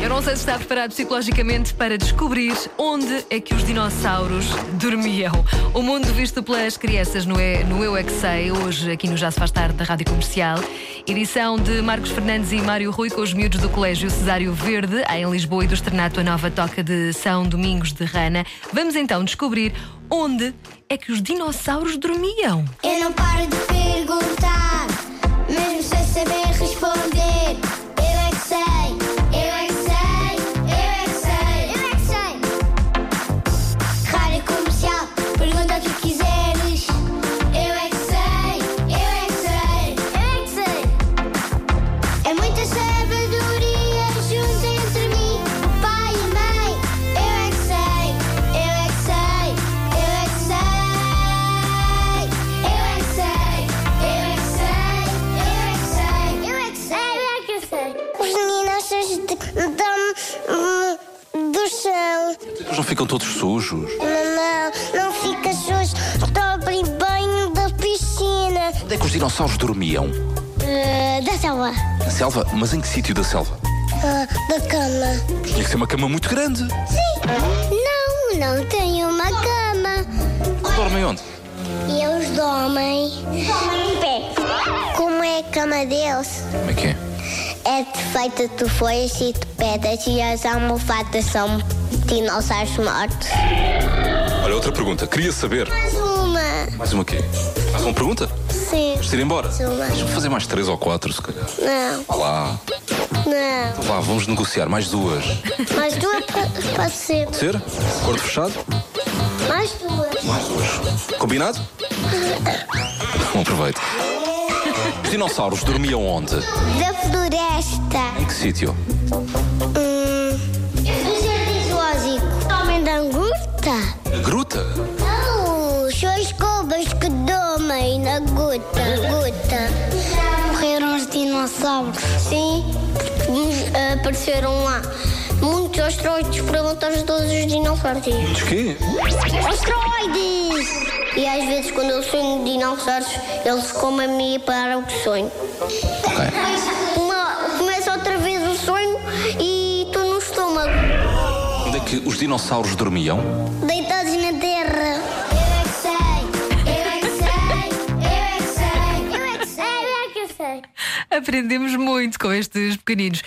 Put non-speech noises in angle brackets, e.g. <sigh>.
Eu não sei se está preparado psicologicamente para descobrir onde é que os dinossauros dormiam. O mundo visto pelas crianças no, e, no Eu É Que Sei, hoje aqui no Já Se Faz Tarde da Rádio Comercial. Edição de Marcos Fernandes e Mário Rui com os miúdos do Colégio Cesário Verde, em Lisboa, e do Externato a Nova Toca de São Domingos de Rana. Vamos então descobrir onde é que os dinossauros dormiam. Eu não paro de perguntar, mesmo sem saber responder. Eu é que sei, eu é que sei, eu é que sei, eu é que sei. Rádio comercial, pergunta o que quiseres. Eu é que sei, eu é que sei, eu é que sei. É muita sabedoria junto entre mim, o pai e a mãe. Eu é que sei, eu é que sei, eu é que sei. Eu é que sei, eu é que sei, eu é que sei. Eu é que sei, eu é que sei. Os meninos dão hum, do chão. Eles não ficam todos sujos. Não, não fica sujo. Dobrem banho da piscina. eh, Onde é que os dinossauros dormiam? da sala. eh, Na selva? Mas em que sítio da selva? da cama. Tinha que ser uma cama muito grande. Não, não tenho uma cama. Dormem onde? E eles dormem. Dormem em pé. Como é a cama deles? Como é que é? É feita de folhas e de pedras e as almofadas são dinossauros mortos. Olha, outra pergunta. Queria saber. Mais uma. Mais uma quê? Mais uma pergunta? Sim. Vamos ir embora? Sim, mais. Deixa-me fazer mais três ou quatro, se calhar. Não, Vá lá. não. Vá, vamos negociar mais duas. Mais duas pa- pode ser. Ser? Acordo fechado? Mais duas. Mais duas. Combinado? <laughs> Bom, aproveito. Os dinossauros dormiam onde? Da floresta. Em que sítio? Hum. Do jardim zoológico. Homem da gruta? Na gruta? Não, são as cobras que dormem na gruta. gruta. Morreram os dinossauros. Sim, uns, eh, apareceram lá. Muitos asteroides perguntaram todos os dinossauros. Dos quê? Asteroides! E às vezes, quando eu sonho dinossauros, eles comem-me para o sonho. Uma- começa outra vez o sonho e estou no estômago. Onde é que os dinossauros dormiam? Deitados na terra. Eu é que sei, eu é que sei, eu é que sei, eu é que sei, eu é que sei. Aprendemos muito com estes pequeninos.